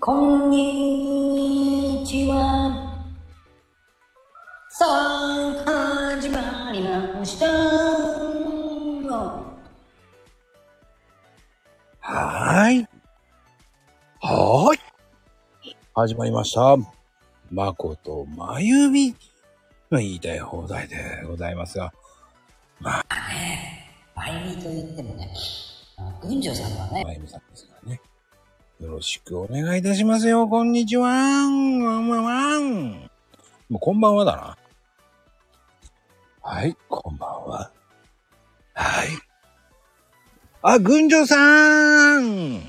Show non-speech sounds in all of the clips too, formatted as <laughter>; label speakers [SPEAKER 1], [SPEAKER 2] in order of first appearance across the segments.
[SPEAKER 1] こんにちは。さあ、始まりました。
[SPEAKER 2] はーい。はーい。始まりました。まことまゆみ。まあ言いたい放題でございますが。
[SPEAKER 1] バイミと言ってもね、あ群青さんはね、
[SPEAKER 2] まゆみさんですからね。よろしくお願いいたしますよ。こんにちは。わんわんわん。もうこんばんはだな。はい、こんばんは。はい。あ、群青さん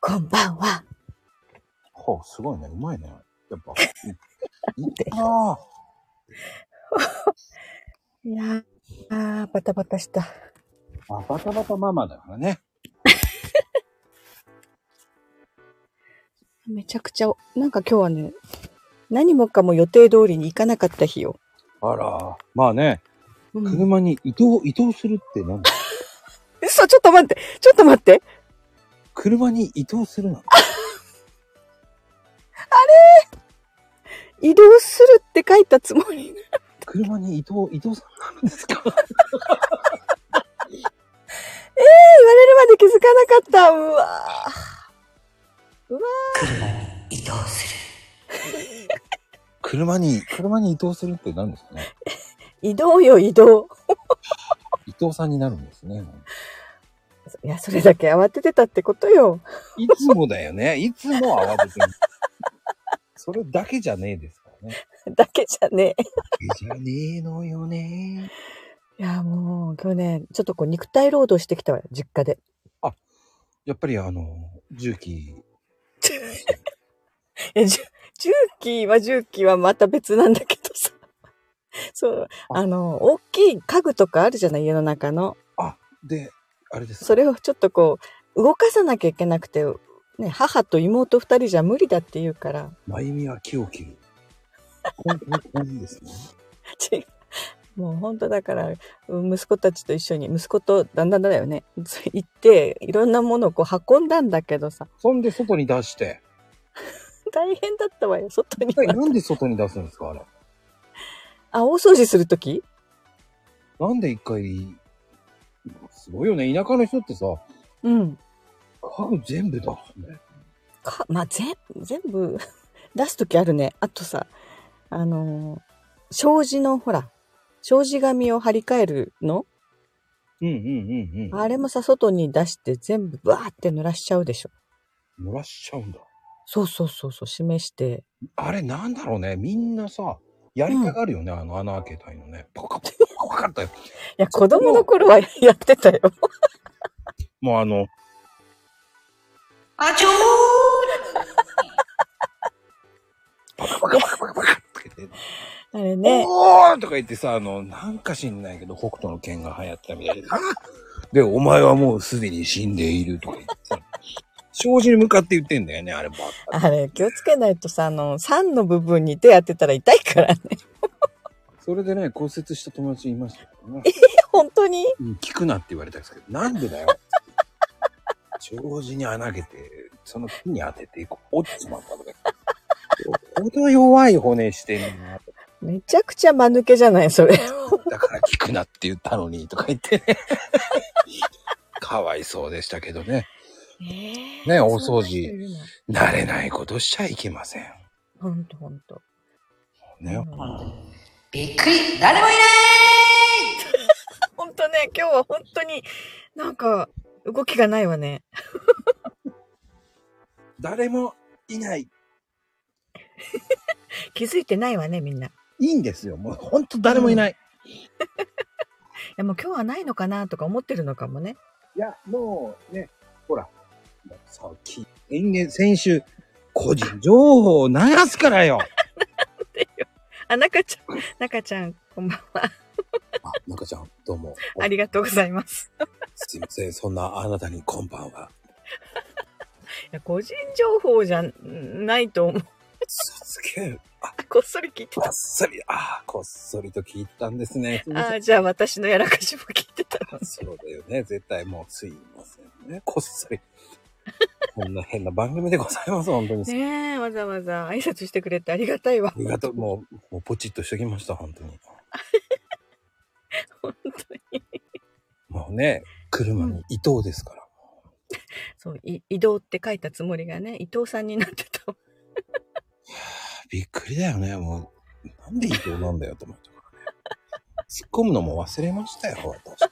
[SPEAKER 1] こんばんは。
[SPEAKER 2] ほう、すごいね。うまいね。やっぱ。いったなぁ。
[SPEAKER 1] いやー、バタバタした。
[SPEAKER 2] まあ、バタバタママだからね。
[SPEAKER 1] めちゃくちゃ、なんか今日はね、何もかも予定通りに行かなかった日よ。
[SPEAKER 2] あら。まあね、
[SPEAKER 1] うん、
[SPEAKER 2] 車に移動、移動するってなんだ
[SPEAKER 1] 嘘、ちょっと待って、ちょっと待って。
[SPEAKER 2] 車に移動するなんて。
[SPEAKER 1] 移動するって書いたつもり。
[SPEAKER 2] 車に移動、移動さんなんです <laughs> か
[SPEAKER 1] 言われるまで気づかなかった。うわーうわ移動する。
[SPEAKER 2] 車に、車に移動するってなんですかね。
[SPEAKER 1] 移動よ、移動。
[SPEAKER 2] 伊藤さんになるんですね。
[SPEAKER 1] いや、それだけ慌ててたってことよ。
[SPEAKER 2] いつもだよね。いつも慌ててる。 <laughs> それだけじゃねえですからね。
[SPEAKER 1] だけじゃねえ。
[SPEAKER 2] じゃねえのよね。
[SPEAKER 1] いや、もう、去年、ちょっとこう、肉体労働してきたわよ、実家で。
[SPEAKER 2] やっぱりあの、重機。
[SPEAKER 1] え、じゅ重機は重機はまた別なんだけどさ。 <laughs> そう、あの、大きい家具とかあるじゃない、家の中の。
[SPEAKER 2] で、あれです
[SPEAKER 1] それをちょっとこう、動かさなきゃいけなくて、ね、母と妹二人じゃ無理だって言うから、 <laughs>
[SPEAKER 2] まゆみは木を切る。こん <laughs> こんこんですね。
[SPEAKER 1] 違うもう本当だからうん息子たちと一緒に息子とだんだんだよね <laughs> つ行っていろんなものをこう運んだんだけどさ
[SPEAKER 2] そんで外に出して。
[SPEAKER 1] 大変だったわよ外に <laughs>
[SPEAKER 2] えなんで外に出すんですかあれ。
[SPEAKER 1] あ大掃除する時
[SPEAKER 2] なんで一回、すごいよね。田舎の人ってさ、
[SPEAKER 1] うん
[SPEAKER 2] 家具全部出すね。
[SPEAKER 1] かまあ全全部 <laughs> 出す時あるねあとさあのー障子のほら障子紙を張り替えるの
[SPEAKER 2] うんうんうんうん。
[SPEAKER 1] あれもさ外に出して全部バーって濡らしちゃうでしょ
[SPEAKER 2] 漏らしちゃうんだ。
[SPEAKER 1] そうそうそうそう示して
[SPEAKER 2] あれなんだろうね。みんなさ、やりたがるよね。あの穴開けたいのね。パカパカパカって。
[SPEAKER 1] いや子供の頃は <laughs> やってたよ
[SPEAKER 2] もうあの、
[SPEAKER 1] あちょ
[SPEAKER 2] パカパカパカパカパカって開けて。
[SPEAKER 1] あれ <laughs> ね。
[SPEAKER 2] おーとか言ってさ、あの、なんか知んないけど、北斗の剣が流行ったみたいで、あで、お前はもうすでに死んでいるとか言ってさ、障子に向かって言ってんだよね、あればっか
[SPEAKER 1] あれ、気をつけないとさ、あの、酸の部分に手当てたら痛いからね。
[SPEAKER 2] りそれでね、骨折した友達いましたけどね、
[SPEAKER 1] <laughs> 本当に
[SPEAKER 2] うん聞くなって言われたんですけど、なんでだよ。障子に穴開けて、その木に当てて、こう落ちてしまったとか。程弱い骨してんな。
[SPEAKER 1] めちゃくちゃ間抜けじゃない、 <laughs> それ。
[SPEAKER 2] だから聞くなって言ったのに、とか言ってね。かわいそうでしたけどね。ね大掃除慣れないことしちゃいけません。
[SPEAKER 1] ほんとほんと。
[SPEAKER 2] ね。
[SPEAKER 1] びっくり誰もいないほんとね、今日は本当になんか動きがないわね。
[SPEAKER 2] 誰もいない。
[SPEAKER 1] 気づいてないわね、みんな。い
[SPEAKER 2] いいんですよ。もうほんと誰もいない。
[SPEAKER 1] や、もう今日はないのかなとか思ってるのかもね。
[SPEAKER 2] いや、もうね、ほら、さっき、先月先週、個人情報を流すからよ。
[SPEAKER 1] あ、中ちゃん、中ちゃん、こんばんは。
[SPEAKER 2] <laughs> あ、中ちゃん、どうも。
[SPEAKER 1] ありがとうございます。
[SPEAKER 2] すいません。そんなあなたにこんばんは。
[SPEAKER 1] いや個人情報じゃないと思う。
[SPEAKER 2] すげえ、
[SPEAKER 1] こっそり聞いて。
[SPEAKER 2] こったそり、ああ、こっそりと聞いたんですね。すいま
[SPEAKER 1] あ
[SPEAKER 2] せん
[SPEAKER 1] あ、じゃあ私のやらかしも聞いてたの。
[SPEAKER 2] そうだよね。絶対もう、すいませんね。こっそり。こんな変な番組でございます、本当に。
[SPEAKER 1] ねえ、わざわざ挨拶してくれてありがたいわ
[SPEAKER 2] あ。りがとう。もう、もうポチッとしときました、本当に。
[SPEAKER 1] 本当に。
[SPEAKER 2] もうね、車に伊藤ですから。
[SPEAKER 1] そう、い移動って書いたつもりがね、伊藤さんになってた。
[SPEAKER 2] びっくりだよね、もう。なんで伊藤なんだよ、と思ったからね。 <laughs> 突っ込むのも忘れましたよ、私。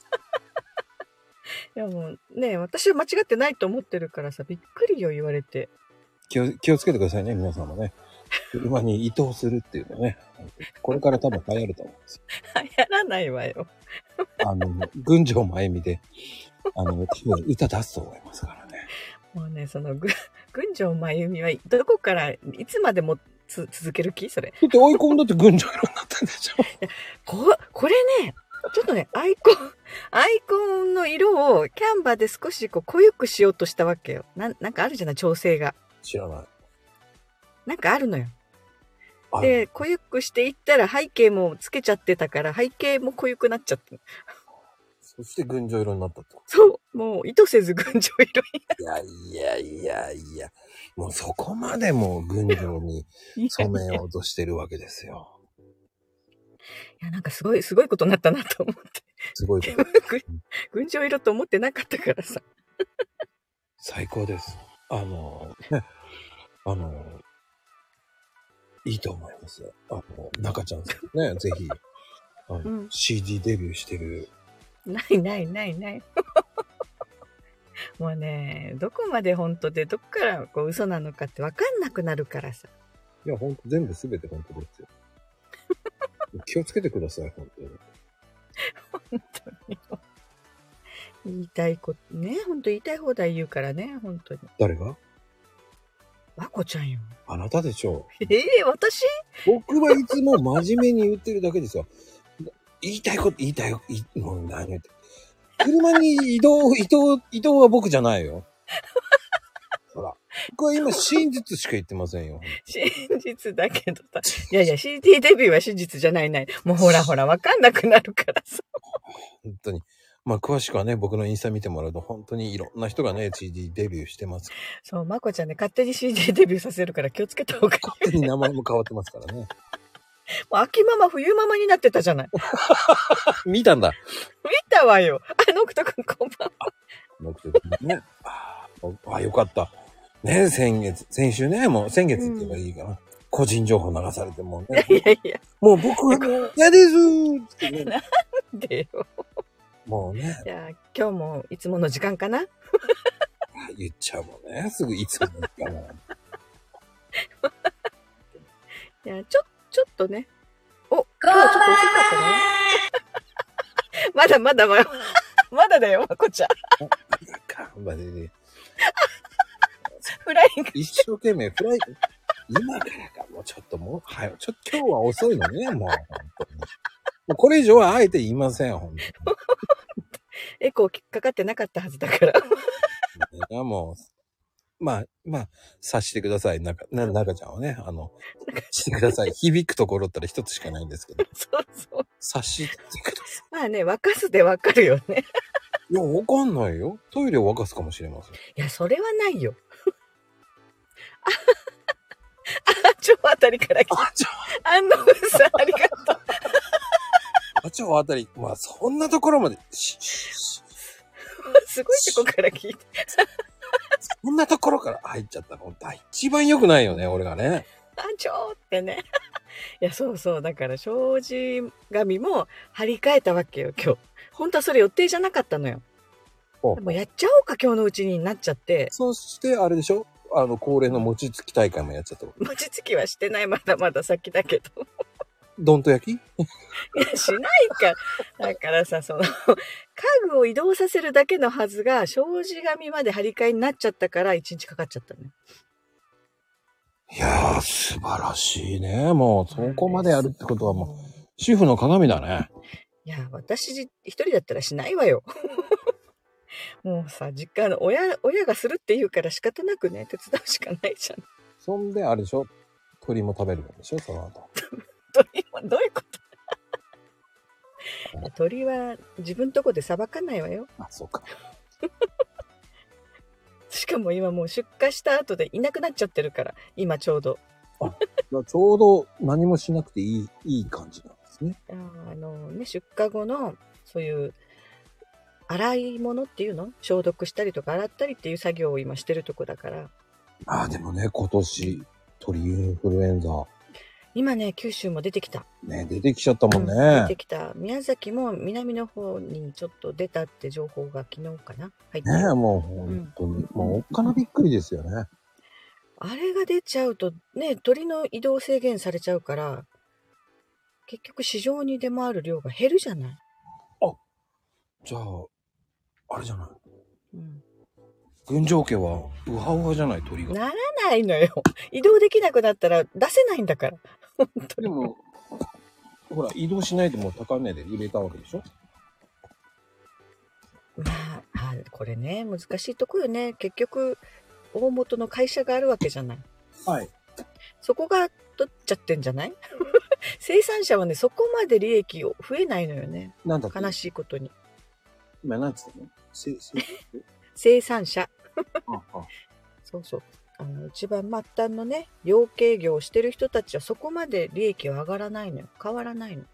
[SPEAKER 1] いやもうねえ、私は間違ってないと思ってるからさ、びっくりよ、言われて。 <laughs>
[SPEAKER 2] 気を、気をつけてくださいね、皆さんもね。車に伊藤するっていうのね。これから多分流行ると思うんですよ。
[SPEAKER 1] やらないわよ。
[SPEAKER 2] あの、群青前見で、あの、多分歌出すと思いますからね。
[SPEAKER 1] もうね、その、ぐ、 <laughs> 群青真由美はどこから、いつまでもつ続ける気それ。
[SPEAKER 2] だって追い込んだって群青色になったんでしょ。
[SPEAKER 1] こ、これね、ちょっとね、アイコン、 <laughs> アイコンの色をキャンバーで少しこう濃ゆくしようとしたわけよ。なん、なんかあるじゃない、調整が。
[SPEAKER 2] 知らない。
[SPEAKER 1] なんかあるのよ。
[SPEAKER 2] あ
[SPEAKER 1] で、濃ゆくしていったら背景もつけちゃってたから、背景も濃ゆくなっちゃった。
[SPEAKER 2] そして群青色になったってこ
[SPEAKER 1] そう、もう意図せず群 <laughs> 青色に。
[SPEAKER 2] と。いやいやいやいや、もうそこまでもう群青に染めようとしてるわけですよ。
[SPEAKER 1] いや、なんかすごい、すごいことになったなと思 <laughs> って。
[SPEAKER 2] すごいこと。
[SPEAKER 1] 群青色と思ってなかったからさ。
[SPEAKER 2] 最高です。あの、 <laughs> ね、あの、いいと思いますよ。あの、中ちゃんさんね、ぜひ、あの、
[SPEAKER 1] うん
[SPEAKER 2] CD デビューしてる。
[SPEAKER 1] ないないないない。 <laughs> もうね、どこまで本当で、どこからこう嘘なのかって分かんなくなるからさ。
[SPEAKER 2] いや、ほんと、全部すべて本当ですよ。 <laughs> 気をつけてください、本当に。
[SPEAKER 1] 言いたいこと、ね、本当言いたい放題言うからね、本当に。
[SPEAKER 2] 誰が
[SPEAKER 1] 和子ちゃんよ。
[SPEAKER 2] あなたでしょ
[SPEAKER 1] ええ私 <laughs>
[SPEAKER 2] う。僕はいつも真面目に言ってるだけですよ。言いたいこと、言いたい、いもう何言って。車に移動、移動、移動は僕じゃないよ。ほら。僕は今真実しか言ってませんよ。
[SPEAKER 1] 真実だけどさ。いやいや、CD デビューは真実じゃないない。もうほらほら、分かんなくなるからさ。
[SPEAKER 2] 本当に。まあ、詳しくはね、僕のインスタ見てもらうと、本当にいろんな人がね、CD デビューしてます。
[SPEAKER 1] そう、まこちゃんね、勝手に CD デビューさせるから気をつけた方がいい。
[SPEAKER 2] 勝手に名前も変わってますから <laughs> ね。
[SPEAKER 1] もう秋ママ、冬ママになってたじゃない。
[SPEAKER 2] 見たんだ。
[SPEAKER 1] 見たわよ。あ、ノクト君こんばんは。
[SPEAKER 2] 僕とね。あーあ、よかった。ね、先月、先週ね、もう先月って言えばいいかな。個人情報流されてもうね。
[SPEAKER 1] いやいや、
[SPEAKER 2] もう僕は <laughs> 嫌ですーって <laughs> ね。
[SPEAKER 1] でよ。
[SPEAKER 2] もうね、
[SPEAKER 1] じゃあ、今日もいつもの時間かな
[SPEAKER 2] 言っちゃうもんね。すぐいつもの時間なの
[SPEAKER 1] いや、ちょ、ちょっとね。お、今日はちょっと遅かったね。まだまだまだ、まだだよ、まこちゃん。
[SPEAKER 2] かまあね
[SPEAKER 1] フライング。
[SPEAKER 2] 一生懸命フライ、今からか、もうちょっともう、はい、ちょっと今日は遅いのね、もう、本当に。もうこれ以上はあえて言いません、本当
[SPEAKER 1] エコーきっかかってなかったはずだから。
[SPEAKER 2] に。いや、もう、まあ、まあ、察してください、なか、な、なかちゃんはね、あの、してください。響くところったら一つしかないんですけど、
[SPEAKER 1] そうそう。
[SPEAKER 2] 察してくださ
[SPEAKER 1] まあね、沸かすでわかるよね。
[SPEAKER 2] い。いや、わかんないよ。トイレを沸かすかもしれません。
[SPEAKER 1] いや、それはないよ。あ、あ、超あたりから来た。
[SPEAKER 2] あ、ちょ、
[SPEAKER 1] 安野さん、ありがとう。
[SPEAKER 2] あちょあたり、まあ、そんなところまで、ししし
[SPEAKER 1] すごいとこから聞いて。
[SPEAKER 2] そんなところから入っちゃったの、本当一番良くないよね、俺がね。
[SPEAKER 1] あ、超ってね。 <laughs> いや、そうそう。だから、障子紙も張り替えたわけよ、今日。本当はそれ予定じゃなかったのよ。
[SPEAKER 2] お
[SPEAKER 1] でもやっちゃおうか、今日のうちになっちゃって。
[SPEAKER 2] そして、あれでしょあの、恒例の餅つき大会もやっちゃった。
[SPEAKER 1] 餅つきはしてない、まだまだ先だけど。
[SPEAKER 2] どんと焼き
[SPEAKER 1] いや、しないから。だからさ、その、家具を移動させるだけのはずが、障子紙まで張り替えになっちゃったから、一日かかっちゃったね。
[SPEAKER 2] いやー、素晴らしいね。もう、そこまでやるってことはもう、主婦の鏡だね。
[SPEAKER 1] いや、私一人だったらしないわよ。 <laughs> もうさ、実家の親、親がするって言うから仕方なくね、手伝うしかないじゃん。 <laughs>
[SPEAKER 2] そんで、あれでしょ鳥も食べるんでしょその後。
[SPEAKER 1] 鳥も、どういう <laughs> こと鳥は自分とこでさばかないわよ。
[SPEAKER 2] あ、そうか。
[SPEAKER 1] しかも今もう出荷した後でいなくなっちゃってるから、今ちょうど。
[SPEAKER 2] ちょうど何もしなくていい、いい感じなんですね。
[SPEAKER 1] あーあのね、出荷後の、そういう、洗い物っていうの消毒したりとか洗ったりっていう作業を今してるとこだから、
[SPEAKER 2] ああ、でもね、今年、鳥インフルエンザ、
[SPEAKER 1] 今ね、九州も出てきた。
[SPEAKER 2] ね、出てきちゃったもん
[SPEAKER 1] うん出て
[SPEAKER 2] ね。
[SPEAKER 1] きた。宮崎も南の方にちょっと出たって情報が昨日かな入って
[SPEAKER 2] ね
[SPEAKER 1] る
[SPEAKER 2] もう本当に、もうおっかなびっくりですよね。
[SPEAKER 1] あれが出ちゃうと、ね、鳥の移動制限されちゃうから、結局市場に出回る量が減るじゃない。
[SPEAKER 2] じゃあ、あれじゃない
[SPEAKER 1] うん、
[SPEAKER 2] 群青家は、ウハウハじゃない鳥が。
[SPEAKER 1] ならないのよ。移動できなくなったら出せないんだから。本当
[SPEAKER 2] で
[SPEAKER 1] に。
[SPEAKER 2] も、ほら、移動しないでもう高値で入れたわけでしょ
[SPEAKER 1] まあ、あこれね、難しいとこよね。結局、大元の会社があるわけじゃない。
[SPEAKER 2] はい。
[SPEAKER 1] そこが取っちゃってんじゃない <laughs> 生産者はね、そこまで利益を増えないのよね。
[SPEAKER 2] なんだっけ
[SPEAKER 1] 悲しいことに。
[SPEAKER 2] 今なんつったのせ、せ、
[SPEAKER 1] 生産者。
[SPEAKER 2] ああ
[SPEAKER 1] そうそう。あの、一番末端のね、養鶏業をしてる人たちはそこまで利益は上がらないのよ。変わらないの。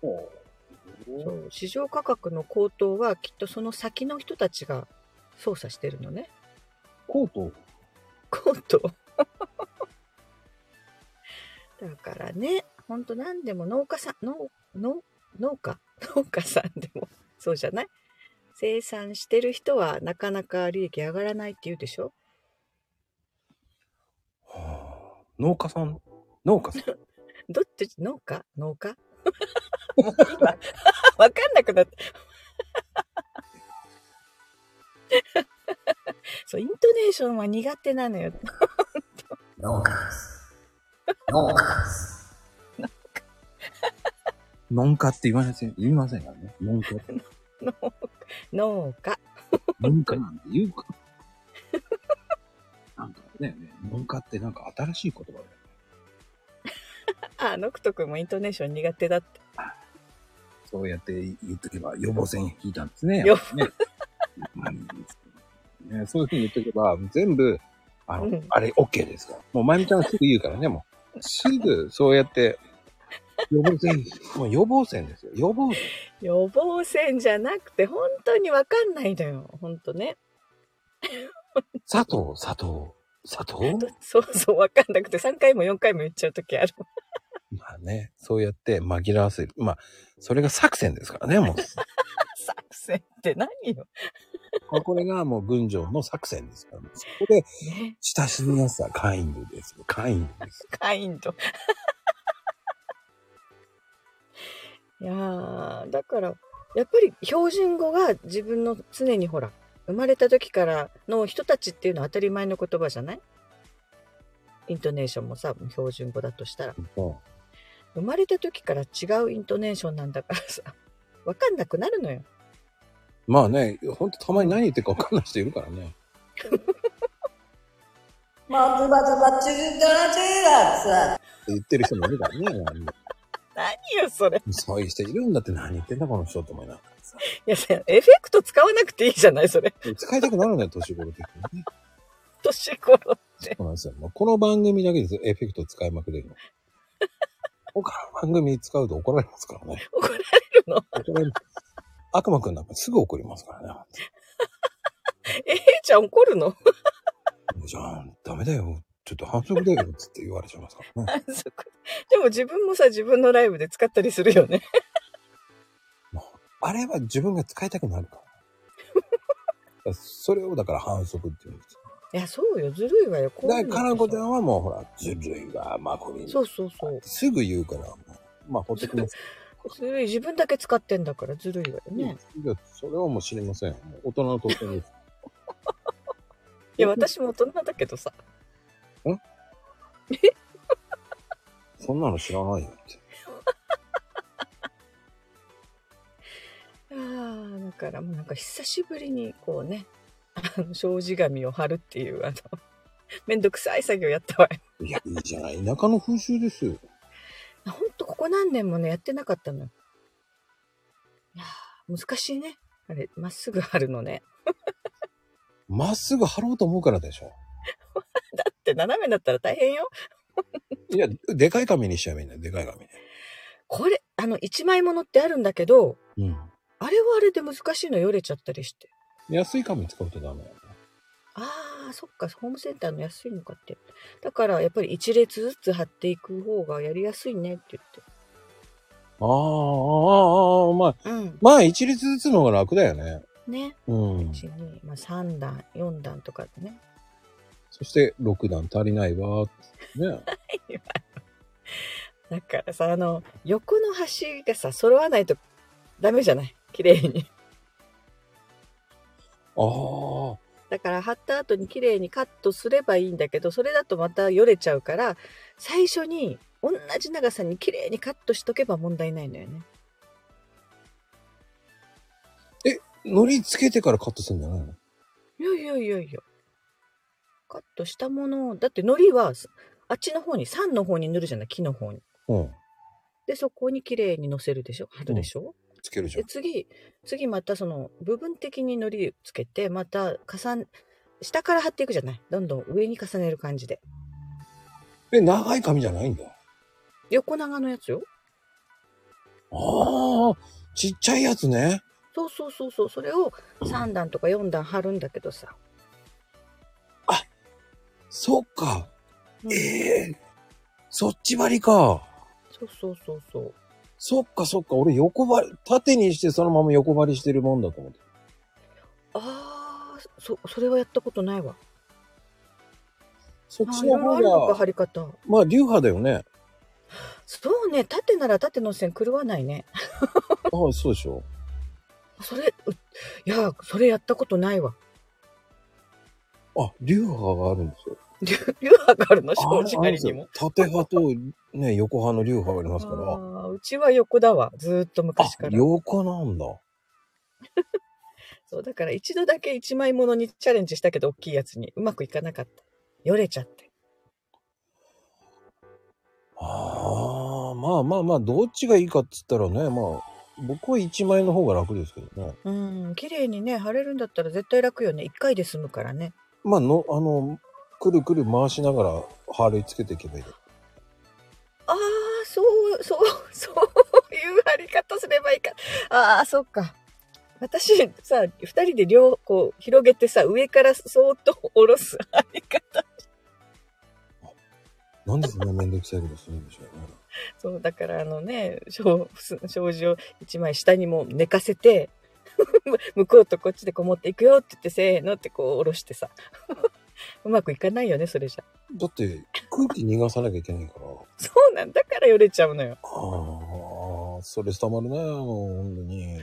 [SPEAKER 2] ほ
[SPEAKER 1] そうう。市場価格の高騰はきっとその先の人たちが操作してるのね。
[SPEAKER 2] コート
[SPEAKER 1] コート。 <laughs> だからね、ほんと何でも農家さん、農、農、農家、農家さんでも、そうじゃない生産してる人はなかなか利益上がらないって言うでしょ
[SPEAKER 2] はあ農家さん農家さん
[SPEAKER 1] どっち、農家農家今、わかんなくなった。 <laughs> そう、イントネーションは苦手なのよ。 <laughs>
[SPEAKER 2] 農家です農家です <laughs> 農家って言われて言いませんからね農家って
[SPEAKER 1] 農家。農家。
[SPEAKER 2] 農家なんて言うか <laughs> なんかね農家ってなんか新しい言葉だよね
[SPEAKER 1] あ、ノクト君もイントネーション苦手だって。
[SPEAKER 2] そうやって言っとけば予防線引いたんですね
[SPEAKER 1] 予
[SPEAKER 2] ねうんねそういうふうに言っとけば全部あの、
[SPEAKER 1] うん
[SPEAKER 2] あれ OK ですからもうまゆみちゃんがすぐ言うからねもうすぐそうやって予防線もう予防線ですよ予防線
[SPEAKER 1] 予防線じゃなくて、本当にわかんないのよ。本当ね。
[SPEAKER 2] 佐藤佐藤佐藤
[SPEAKER 1] そうそう、わかんなくて、3回も4回も言っちゃうときある。 <laughs>
[SPEAKER 2] まあねそうやって紛らわせるまあそれが作戦ですからねもう
[SPEAKER 1] <laughs> 作戦って何よ。
[SPEAKER 2] まあこれがもう群青の作戦ですからそこで
[SPEAKER 1] ね。
[SPEAKER 2] 親しみやすさカインドですカインドです
[SPEAKER 1] カインド。 <laughs> いやー、だから、やっぱり標準語が自分の常にほら、生まれた時からの人たちっていうのは当たり前の言葉じゃないイントネーションもさ、標準語だとしたら。
[SPEAKER 2] もう
[SPEAKER 1] 生まれた時から違うイントネーションなんだからさ、 <laughs> わかんなくなるのよ。
[SPEAKER 2] まあね、ほんとたまに何言ってるか分かんない人いるからね。
[SPEAKER 3] まずまずまずガチラさ。
[SPEAKER 2] 言ってる人もいるからね。
[SPEAKER 1] 何よ、それ。
[SPEAKER 2] そういう人いるんだって何言ってんだこの人と思いながらさ。
[SPEAKER 1] いや、それエフェクト使わなくていいじゃない、それ。
[SPEAKER 2] 使いたくなるんだよ、年頃的にね。
[SPEAKER 1] 年頃。
[SPEAKER 2] そうなんですよ。もうこの番組だけですよ、エフェクト使いまくれるの。他の番組使うと怒られますからね。
[SPEAKER 1] 怒られるの
[SPEAKER 2] 怒られる。悪魔くんなんかすぐ怒りますからね。
[SPEAKER 1] えいちゃん怒るの
[SPEAKER 2] じゃあ、ダメだよ。ちょっと反則だよ。つって言われちゃいますからね。
[SPEAKER 1] あそこでも自分もさ、自分のライブで使ったりするよね。
[SPEAKER 2] あれは自分が使いたくなるから。
[SPEAKER 1] <laughs>
[SPEAKER 2] だからそれをだから反則って言うんですよ
[SPEAKER 1] いや、そうよ、ずるいわよ。こうい
[SPEAKER 2] だ
[SPEAKER 1] う
[SPEAKER 2] から、か
[SPEAKER 1] の
[SPEAKER 2] なこちゃんはもうほら、ずるいわ、まこりん。
[SPEAKER 1] そうそうそう。
[SPEAKER 2] すぐ言うから、もうまあ、ほっときます。
[SPEAKER 1] ずるい、自分だけ使ってんだから、ずるいわよね。
[SPEAKER 2] いやそれはもう知りません。もう大人の特権です。
[SPEAKER 1] いや、私も大人だけどさ。
[SPEAKER 2] そんなの知らないよって。
[SPEAKER 1] ああ、だからもうなんか久しぶりに、こうね、あの、障子紙を貼るっていう、あの、めんどくさい作業やったわよ。
[SPEAKER 2] いや、いいじゃない。田舎の風習ですよ。
[SPEAKER 1] ほんとここ何年もねやってなかったのよ。いやー難しいねあれまっすぐ貼るのね。
[SPEAKER 2] まっすぐ貼ろうと思うからでしょ。
[SPEAKER 1] だって斜めだったら大変よ。
[SPEAKER 2] いや、でかい紙にしちゃえばいいんだよ、でかい紙で。
[SPEAKER 1] これ、あの、一枚ものってあるんだけど、
[SPEAKER 2] うん。
[SPEAKER 1] あれはあれで難しいのよれちゃったりして。
[SPEAKER 2] 安い紙使うとダメだよね。
[SPEAKER 1] ああ、そっか、ホームセンターの安いのかって。だから、やっぱり一列ずつ貼っていく方がやりやすいねって
[SPEAKER 2] あーあー、あーあー、まあ、
[SPEAKER 1] 言って。
[SPEAKER 2] まあ一列ずつの方が楽だよね。
[SPEAKER 1] うん。ね。
[SPEAKER 2] うん。
[SPEAKER 1] 1、2、まあ、3段、4段とかでね。
[SPEAKER 2] そして6段足りないわーってね。
[SPEAKER 1] だからさ、あの、横の端がさ、揃わないとダメじゃない綺麗に。
[SPEAKER 2] ああ、
[SPEAKER 1] だから貼った後に綺麗にカットすればいいんだけど、それだとまたよれちゃうから、最初に同じ長さに綺麗にカットしとけば問題ないのよね。
[SPEAKER 2] 糊つけてからカットするんじゃないの
[SPEAKER 1] いやいやいやいや。カットしたものを、だって糊はあっちの方に、3の方に塗るじゃない木の方に。
[SPEAKER 2] うん。
[SPEAKER 1] で、そこに綺麗に乗せるでしょ貼るでしょ、
[SPEAKER 2] つけるじゃ
[SPEAKER 1] で
[SPEAKER 2] ん。
[SPEAKER 1] 次次またその部分的に糊つけてまた重ね下から貼っていくじゃないどんどん上に重ねる感じで
[SPEAKER 2] え、長い紙じゃないんだ。
[SPEAKER 1] 横長のやつよ
[SPEAKER 2] ああ、ちっちゃいやつね。
[SPEAKER 1] そうそうそうそうそれを3段とか4段貼るんだけどさ、
[SPEAKER 2] そっか。
[SPEAKER 1] うん
[SPEAKER 2] ええそっち張りか。
[SPEAKER 1] そうそうそうそう
[SPEAKER 2] そっかそっか。俺横張り、縦にしてそのまま横張りしてるもんだと思って。
[SPEAKER 1] あーそそれはやったことないわ
[SPEAKER 2] そっ
[SPEAKER 1] あ
[SPEAKER 2] ち
[SPEAKER 1] ーいろ
[SPEAKER 2] の
[SPEAKER 1] いろあるの
[SPEAKER 2] 方
[SPEAKER 1] か
[SPEAKER 2] が、
[SPEAKER 1] 貼り方
[SPEAKER 2] まあ流派だよね。
[SPEAKER 1] そうね縦なら縦の線狂わないね
[SPEAKER 2] ああ、そうでしょ。
[SPEAKER 1] それういやそれやったことないわ <laughs>
[SPEAKER 2] あ、流派があるん
[SPEAKER 1] <laughs>
[SPEAKER 2] ですよ。
[SPEAKER 1] 流流派があるの
[SPEAKER 2] あ
[SPEAKER 1] 障子なりにも。
[SPEAKER 2] あるんですよ縦派とね、横派の流派がありますから。
[SPEAKER 1] あーうちは横だわずーっと
[SPEAKER 2] あ
[SPEAKER 1] 昔か、ら
[SPEAKER 2] 横なんだ。
[SPEAKER 1] そう、だから一度だけ一枚ものにチャレンジしたけど、大きいやつにうまくいかなかった。よれちゃって。
[SPEAKER 2] ああ、まあまあまあ、どっちがいいかっつったらね、まあ、僕は1枚の方が楽ですけどね。
[SPEAKER 1] うん、綺麗にね、貼れるんだったら絶対楽よね。一回で済むからね。
[SPEAKER 2] まあ、の、あの、くるくる回しながら、貼り付けていけばいい。
[SPEAKER 1] ああ、そう、 <laughs> そう、そういう貼り方すればいいか。ああ、そっか。私さ、二人で両、こう、広げてさ、上からそーっと下ろす貼り方。
[SPEAKER 2] なんでそんなめんどくさいことするんでしょうね。
[SPEAKER 1] そう、だからあのね、障障子を一枚下にもう寝かせて、 <laughs> 向こうとこっちでこう持っていくよって言って、せーのってこう下ろしてさ。 <laughs> うまくいかないよね、それじゃ。
[SPEAKER 2] だって、空気逃がさなきゃいけないから。
[SPEAKER 1] そうなんだからよれちゃうのよ。
[SPEAKER 2] ああ、それたまるね、もう、本当に。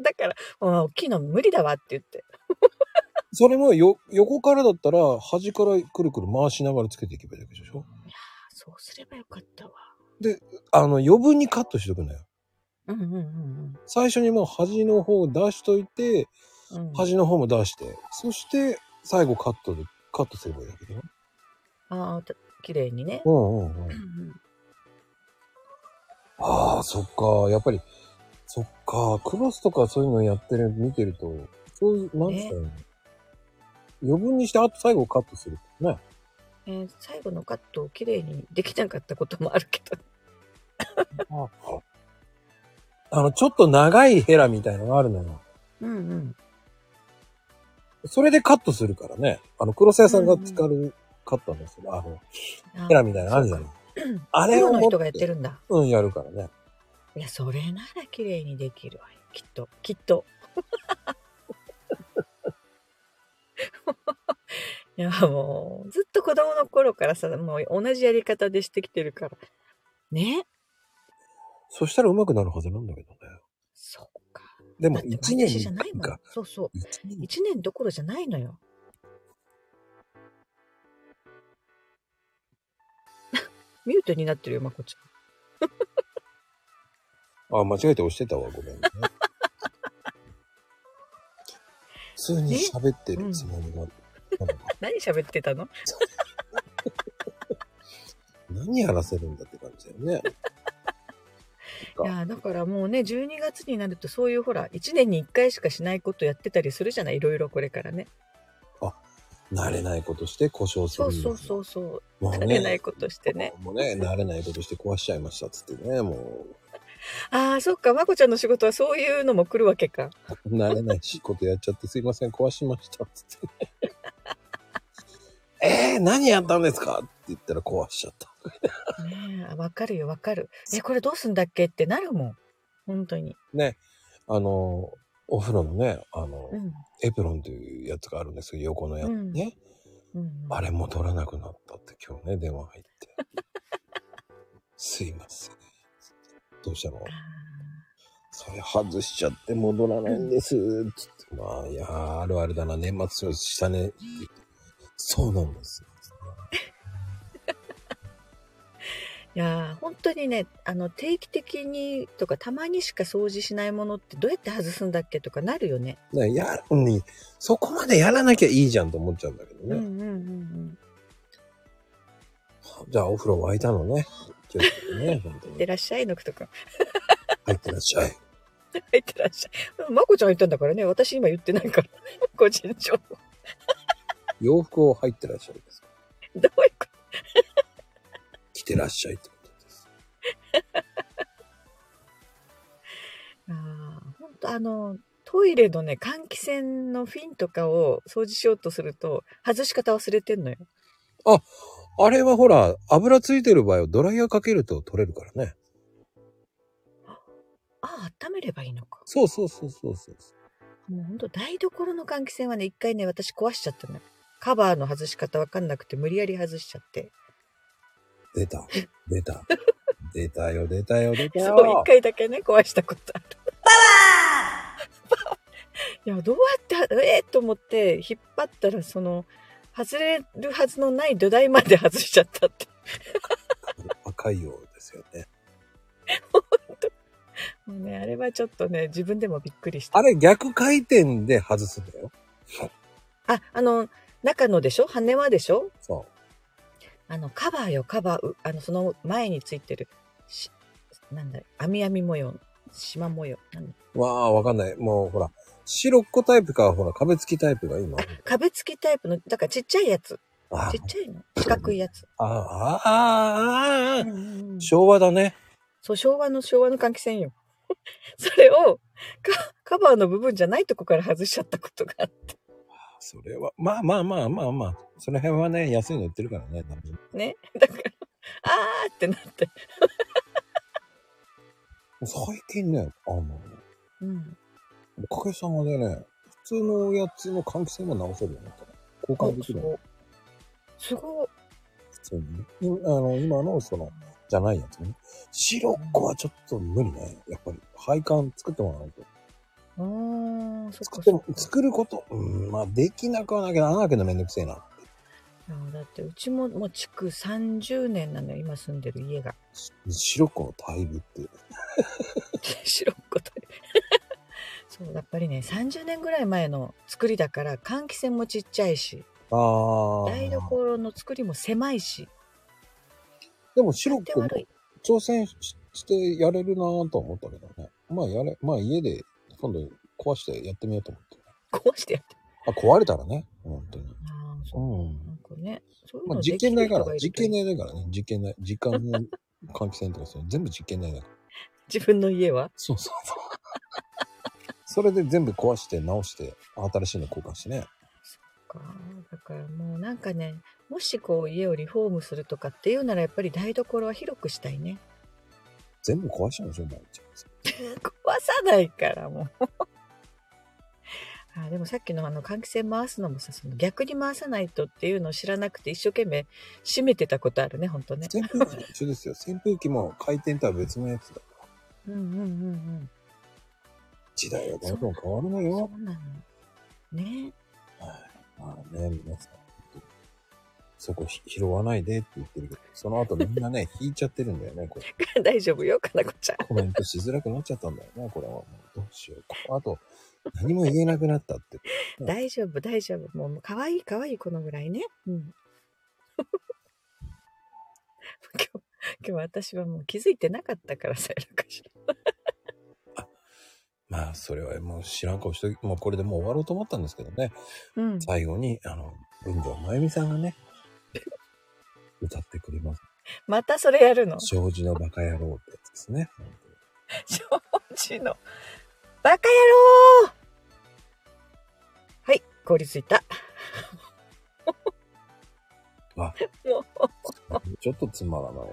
[SPEAKER 1] だから、あ大きいの無理だわって言って。
[SPEAKER 2] それもよ、横からだったら、端からくるくる回しながらつけていけばいいだけでしょ
[SPEAKER 1] そうすればよかったわ。
[SPEAKER 2] あの、余分にカットしとくのよ。
[SPEAKER 1] うんうんうん
[SPEAKER 2] 最初にもう端の方を出しといて、
[SPEAKER 1] うん。うん、
[SPEAKER 2] 端の方も出して、そして最後カットで、カットすればいいだけだよ。
[SPEAKER 1] ああ、た綺麗にね。
[SPEAKER 2] うんうんうん。ああ、そっか。やっぱり、そっか。クロスとかそういうのやってる、見てると、そういう、なんつったらいいの余分にして、あと最後カットする。ね。
[SPEAKER 1] えー最後のカットを綺麗にできなかったこともあるけど。
[SPEAKER 2] ああの、ちょっと長いヘラみたいのがあるのよ。
[SPEAKER 1] うんうん。
[SPEAKER 2] それでカットするからね。あの、黒瀬さんが使うカットなんですけど、あの、
[SPEAKER 1] あ
[SPEAKER 2] ヘラみたいなのあるじゃ
[SPEAKER 1] ん。
[SPEAKER 2] ない。あれ
[SPEAKER 1] プ
[SPEAKER 2] を
[SPEAKER 1] ロ
[SPEAKER 2] 持
[SPEAKER 1] の人が
[SPEAKER 2] っ
[SPEAKER 1] やって
[SPEAKER 2] て、
[SPEAKER 1] るんだ。
[SPEAKER 2] うん、やるからね。
[SPEAKER 1] いや、それなら綺麗にできるわよ。きっと、きっと。 <laughs> いや、もう、ずっと子供の頃からさ、もう同じやり方でしてきてるから。ね
[SPEAKER 2] そしたら上手くなるはずなんだけどね。
[SPEAKER 1] そうか。
[SPEAKER 2] で
[SPEAKER 1] だ
[SPEAKER 2] も、
[SPEAKER 1] って
[SPEAKER 2] 一
[SPEAKER 1] 毎
[SPEAKER 2] 年
[SPEAKER 1] 年じゃ
[SPEAKER 2] に
[SPEAKER 1] ない
[SPEAKER 2] 回
[SPEAKER 1] もん
[SPEAKER 2] か。。
[SPEAKER 1] そうそう。
[SPEAKER 2] 一年に
[SPEAKER 1] 一年どころじゃないのよ。 <laughs> ミュートになってるよ、まこちゃん。
[SPEAKER 2] あ、間違えて押してたわ、ごめんね。 <laughs> 普通に喋ってるつもりが、なんか
[SPEAKER 1] 何喋ってたの
[SPEAKER 2] 何やらせるんだって感じだよね。
[SPEAKER 1] いやーだからもうね12月になるとそういうほら1年に1回しかしないことやってたりするじゃないいろいろこれからね
[SPEAKER 2] 慣れないことして故障す
[SPEAKER 1] そ
[SPEAKER 2] る
[SPEAKER 1] うん
[SPEAKER 2] です
[SPEAKER 1] そ
[SPEAKER 2] よ。
[SPEAKER 1] うそうそう。
[SPEAKER 2] もう
[SPEAKER 1] 慣
[SPEAKER 2] ね
[SPEAKER 1] れないことしてね。
[SPEAKER 2] もうね、慣れないことして壊しちゃいましたっつってね、も
[SPEAKER 1] ああ、そっか、まこちゃんの仕事はそういうのも来るわけか。
[SPEAKER 2] う、慣れないしことやっちゃってすいません、壊しましたっつって、 <laughs> ね。えー、何やったんですかって言ったら壊しちゃった。
[SPEAKER 1] ねえ、わかるよ、わかる。え、これどうすんだっけってなるもん。本当に。
[SPEAKER 2] ね、あの、お風呂のね、あの、
[SPEAKER 1] うん。
[SPEAKER 2] エプロンというやつがあるんですよ、横のやつ
[SPEAKER 1] うん
[SPEAKER 2] ね。
[SPEAKER 1] うん、
[SPEAKER 2] あれも取らなくなったって今日ね、電話入
[SPEAKER 1] <laughs>
[SPEAKER 2] って。すいません。どうしたの
[SPEAKER 1] あー
[SPEAKER 2] それ外しちゃって戻らないんです。つって、まあ、いやー、あるあるだな、年末したね。って言ってそうなんですよ。
[SPEAKER 1] いやー本当にねあの定期的にとかたまにしか掃除しないものってどうやって外すんだっけとかなるよね。
[SPEAKER 2] ね、やるに、そこまでやらなきゃいいじゃんと思っちゃうんだけどね。
[SPEAKER 1] うんうんうん
[SPEAKER 2] じゃあ、お風呂沸いたのね。気をつけてね、本当
[SPEAKER 1] うん。
[SPEAKER 2] に。
[SPEAKER 1] でらっしゃいのくとか <laughs>
[SPEAKER 2] 入ってらっしゃい。
[SPEAKER 1] 入ってらっしゃい。まこちゃんが言ったんだからね私今言ってないから <laughs> 個人情報 <laughs>
[SPEAKER 2] 洋服を入ってらっしゃいです。
[SPEAKER 1] どういうこ
[SPEAKER 2] 着てらっしゃいってことです。
[SPEAKER 1] とあー本当あのトイレのね換気扇のフィンとかを掃除しようとすると外し方忘れてんのよ。
[SPEAKER 2] あれはほら、油ついてる場合はドライヤーかけると取れるからね。
[SPEAKER 1] ああ温めればいいのか。
[SPEAKER 2] そうそうそうそうそう。
[SPEAKER 1] もう本当台所の換気扇はね一回ね私壊しちゃったのよ。カバーの外し方わかんなくて無理やり外しちゃって。
[SPEAKER 2] 出た。出 <laughs> た。出たよ、出たよ、出た
[SPEAKER 1] そ
[SPEAKER 2] よ。
[SPEAKER 1] う、一回だけね、壊したことある。
[SPEAKER 3] パ
[SPEAKER 1] いや、どうやって、えー、と思って、引っ張ったら、その、外れるはずのない土台まで外しちゃったって。
[SPEAKER 2] 赤いようですよね。
[SPEAKER 1] もうね、あれはちょっとね、自分でもびっくりした。
[SPEAKER 2] あれ逆回転で外すんだよ。
[SPEAKER 1] あ、あの、中のでしょ羽はでしょ
[SPEAKER 2] そ
[SPEAKER 1] あの、カバーよ、カバー。うあの、その前についてる、し、なんだ、網網模様の、縞模様。なんだ
[SPEAKER 2] う。わあ、わかんない。もうほら、白っ子タイプか、ほら、壁付きタイプが今。
[SPEAKER 1] 壁付きタイプの、だからちっちゃいやつ。
[SPEAKER 2] あ
[SPEAKER 1] ちっちゃいの。四角いやつ。
[SPEAKER 2] あ、ああ、ああ、ああ、
[SPEAKER 1] うんうん
[SPEAKER 2] 昭和だね。
[SPEAKER 1] そう、昭和の昭和の換気扇よ。 <laughs> それをカ、カバーの部分じゃないとこから外しちゃったことがあっ
[SPEAKER 2] それは、まあまあまあまあまあ、その辺はね、安いの売ってるからね。多分
[SPEAKER 1] てね。 <laughs> だから、あーってなって。
[SPEAKER 2] 最近ね、あの、
[SPEAKER 1] うん。
[SPEAKER 2] おかげさまでね、普通のおやつの換気扇も直せるようになった。交換でき
[SPEAKER 1] す
[SPEAKER 2] るようになった
[SPEAKER 1] ごい。すごい。
[SPEAKER 2] 普通にね。今あの今のその、じゃないやつね。白っ子はちょっと無理ね。やっぱり配管作ってもらわないと。
[SPEAKER 1] うーん、そっ
[SPEAKER 2] 作
[SPEAKER 1] か
[SPEAKER 2] って
[SPEAKER 1] そっ
[SPEAKER 2] も
[SPEAKER 1] か。
[SPEAKER 2] 作ること、うん、まあできなくはないけど、穴開けるのめんどくせえな。
[SPEAKER 1] いやだって、うちももう築30年なのよ、今住んでる家が。 <laughs>
[SPEAKER 2] 白っ子のタイプって。
[SPEAKER 1] 白っ子と。 <laughs> そう、やっぱりね、30年ぐらい前の作りだから、換気扇もちっちゃいし、
[SPEAKER 2] ああ。
[SPEAKER 1] 台所の作りも狭いし、
[SPEAKER 2] でも白っ
[SPEAKER 1] 手
[SPEAKER 2] 子も
[SPEAKER 1] 悪い。
[SPEAKER 2] 挑戦ししてやれるなぁとは思ったけどね。まあやれ、まあ家で今度壊してやってみようと思って。
[SPEAKER 1] 壊してやって。
[SPEAKER 2] あ、壊れたらね。本当に。
[SPEAKER 1] ああ、そうう。
[SPEAKER 2] ん。
[SPEAKER 1] なんかね、そういう
[SPEAKER 2] まあ、
[SPEAKER 1] の
[SPEAKER 2] 実
[SPEAKER 1] できる
[SPEAKER 2] 験台
[SPEAKER 1] 人
[SPEAKER 2] か
[SPEAKER 1] が
[SPEAKER 2] ら、
[SPEAKER 1] いる
[SPEAKER 2] 実
[SPEAKER 1] とい
[SPEAKER 2] 験
[SPEAKER 1] い
[SPEAKER 2] 台だからね、実験台、時間の換気扇とかそういうの全部実験台だから。
[SPEAKER 1] 自分の家は
[SPEAKER 2] そうそうそう。それで全部壊して直して、新しいの交換してね。
[SPEAKER 1] かだからもうなんかねもしこう家をリフォームするとかっていうならやっぱり台所は広くしたいね
[SPEAKER 2] 全部壊しちゃうんでしょ、毎日。
[SPEAKER 1] 壊さないからもう <laughs> あでもさっきのあの換気扇回すのもさその逆に回さないとっていうのを知らなくて一生懸命閉めてたことあるねほんとね
[SPEAKER 2] 扇風機と一緒ですよ。扇風機も回転とは別のやつだ。
[SPEAKER 1] うんうんうんうん
[SPEAKER 2] 時代はどんどん変わるの
[SPEAKER 1] そ
[SPEAKER 2] よ。
[SPEAKER 1] うなのね <laughs>
[SPEAKER 2] まあね、皆さん。そこひ拾わないでって言ってるけど、その後みんな
[SPEAKER 1] <laughs>
[SPEAKER 2] ね、引いちゃってるんだよね、これ。
[SPEAKER 1] 大丈夫よかなこちゃん
[SPEAKER 2] コメントしづらくなっちゃったんだよね、これは。もうどうしよう。こあと、何も言えなくなったって。
[SPEAKER 1] 大丈夫大丈夫もうもう可愛い可愛いこのぐらいねうん <laughs> 今日今日私はもう気づいてなかったからさやらかし
[SPEAKER 2] まあ、それはもう知らん顔して、もうこれでもう終わろうと思ったんですけどね。
[SPEAKER 1] うん。
[SPEAKER 2] 最後に、あの、文藤まゆみさんがね、歌ってくれます。
[SPEAKER 1] またそれやるの
[SPEAKER 2] 障子のバカ野郎ってやつですね。
[SPEAKER 1] 障子の。バカ野郎はい、凍りついた。
[SPEAKER 2] わ
[SPEAKER 1] も
[SPEAKER 2] ちょっとつまらない。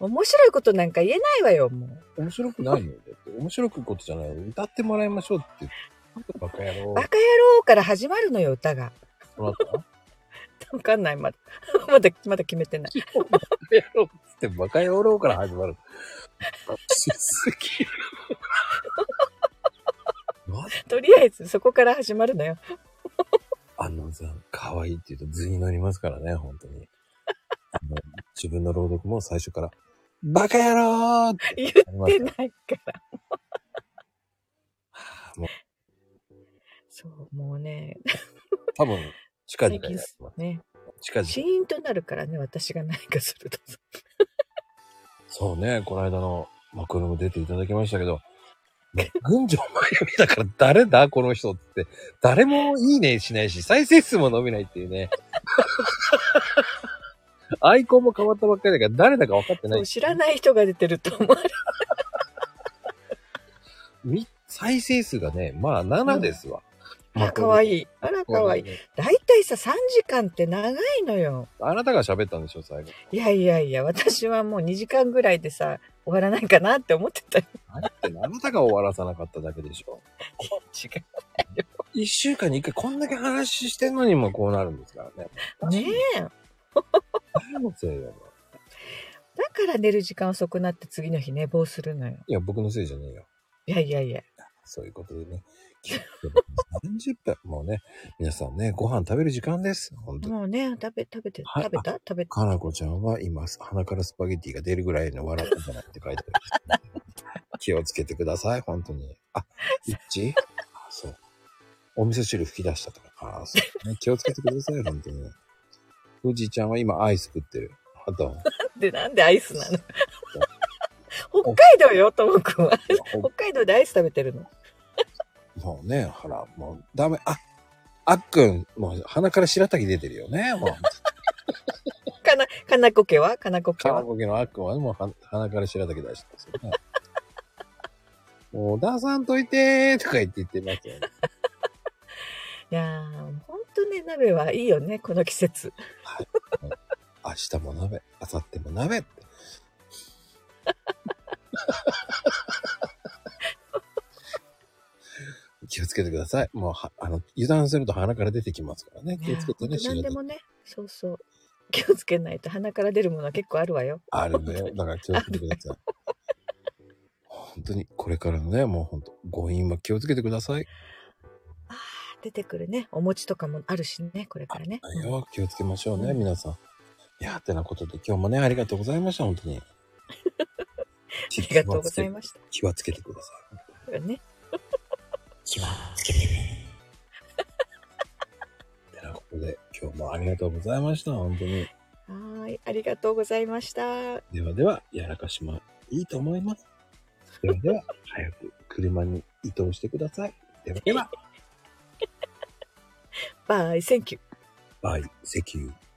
[SPEAKER 1] う、面白いことなんか言えないわよ、もう。
[SPEAKER 2] 面白くないよ。だって面白くことじゃないよ。歌ってもらいましょうって言って。バカ野郎
[SPEAKER 1] バ。カ野郎から始まるのよ、歌が。
[SPEAKER 2] もらった
[SPEAKER 1] わかんない、まだ。 <laughs> まだ、まだ決めてない。
[SPEAKER 2] バカ野郎っつってバカ野郎から始まる。しすぎる。マジ
[SPEAKER 1] とりあえず、そこから始まるの <laughs> よ。
[SPEAKER 2] あのさ、可愛いって言うと図に乗りますからね、本当
[SPEAKER 1] <laughs>
[SPEAKER 2] に。あの自分の朗読も最初から、バカ野郎って
[SPEAKER 1] 言っ
[SPEAKER 2] なりますか
[SPEAKER 1] て
[SPEAKER 2] ら
[SPEAKER 1] ないから。
[SPEAKER 2] <laughs> もう
[SPEAKER 1] そう、もうね、
[SPEAKER 2] 多分、近々
[SPEAKER 1] 最
[SPEAKER 2] やり
[SPEAKER 1] 近
[SPEAKER 2] ます。
[SPEAKER 1] ね、
[SPEAKER 2] 近々。
[SPEAKER 1] シーンとなるからね、私が何かすると。
[SPEAKER 2] そうね、この間の、まあ、これも出ていただきましたけど、ね群青マヤミだから誰だこの人って、誰もいいねしないし、再生数も伸びないっていう
[SPEAKER 1] <laughs>
[SPEAKER 2] ね。アイコンも変わったばっかりだから誰だか分かってな
[SPEAKER 1] そう
[SPEAKER 2] い。
[SPEAKER 1] 知らない人が出てると思われる。
[SPEAKER 2] み再生数がね、まあ7ですわ。
[SPEAKER 1] あら、かわ
[SPEAKER 2] い。
[SPEAKER 1] いい。あら、かわいい。
[SPEAKER 2] い。
[SPEAKER 1] だいたいさ、3時間って長いのよ。
[SPEAKER 2] あなたが喋ったんでしょ、最後。
[SPEAKER 1] いやいやいや、私はもう2時間ぐらいでさ、終わらないかなって思ってたよ。
[SPEAKER 2] あれってあなたが終わらさなかっただけでしょ。
[SPEAKER 1] 違
[SPEAKER 2] 一週間に一回こんだけ話してんのにもこうなるんですからね。
[SPEAKER 1] う。ねえ。だ
[SPEAKER 2] 誰のせいよ、ね。
[SPEAKER 1] から寝る時間遅くなって次の日寝坊するのよ。
[SPEAKER 2] いや、僕のせいじゃねえよ。
[SPEAKER 1] いやいやいや。
[SPEAKER 2] そういうことでね。30分。もうね、皆さんね、ご飯食べる時間です。本当に。
[SPEAKER 1] もうね、食べ、食べて、
[SPEAKER 2] はい
[SPEAKER 1] 食べた食べた。
[SPEAKER 2] かなこちゃんは今、鼻からスパゲティが出るぐらいの笑ったんじゃないって書いてある。気をつけてください、本当に。あ、一致あ、そう。お味噌汁吹き出したとか。あ、そう、ね。気をつけてください、本当に。富士ちゃんは今、アイス食ってる。あと、
[SPEAKER 1] で、なんでアイスなの <laughs> 北海道よ、ともくんは。
[SPEAKER 2] ほ
[SPEAKER 1] 北海道でアイス食べてるの。
[SPEAKER 2] もうね、ほら、もうダメ。あ、あっくん、もう鼻から白滝出てるよね。もう、
[SPEAKER 1] かな、かなこ家はかなこ家
[SPEAKER 2] カラ
[SPEAKER 1] は
[SPEAKER 2] ボケのあっくんはもうは鼻から白滝出してますよね。もう、出さんといてーとか言って言ってますよね。
[SPEAKER 1] いやー、ほんとね、鍋はいいよね、この季節。
[SPEAKER 2] 明日も鍋、明後日も鍋って。 <laughs> 気をつけてください。もうは、あの、油断すると鼻から出てきますからね。気をつけてね、
[SPEAKER 1] なん
[SPEAKER 2] 白
[SPEAKER 1] で
[SPEAKER 2] 滝
[SPEAKER 1] もね、そうそう。気をつけないと鼻から出るものは結構あるわよ。
[SPEAKER 2] あるのよ。だから気をつけてください。本当に、これからのね、もう本当、誤飲は気をつけてください。
[SPEAKER 1] あー出てくるね。お餅とかもあるしね、これからね。
[SPEAKER 2] はいよ、気をつけましょうね、
[SPEAKER 1] うん
[SPEAKER 2] 皆さん。いや、てなことで今日もね、ありがとうございました、本当
[SPEAKER 1] <laughs>
[SPEAKER 2] に。あ
[SPEAKER 1] ありがとうございました。
[SPEAKER 2] 気はつけてください。
[SPEAKER 1] ね、
[SPEAKER 2] 気はつけてね。てな <laughs> ことで、今日もありがとうございました、本当に。
[SPEAKER 1] はーい、ありがとうございました。
[SPEAKER 2] ではでは、やらかしま、いいと思います。ではでは、早く車に移動してください。ではでは、
[SPEAKER 1] バイ、センキュー。
[SPEAKER 2] バイ、石油。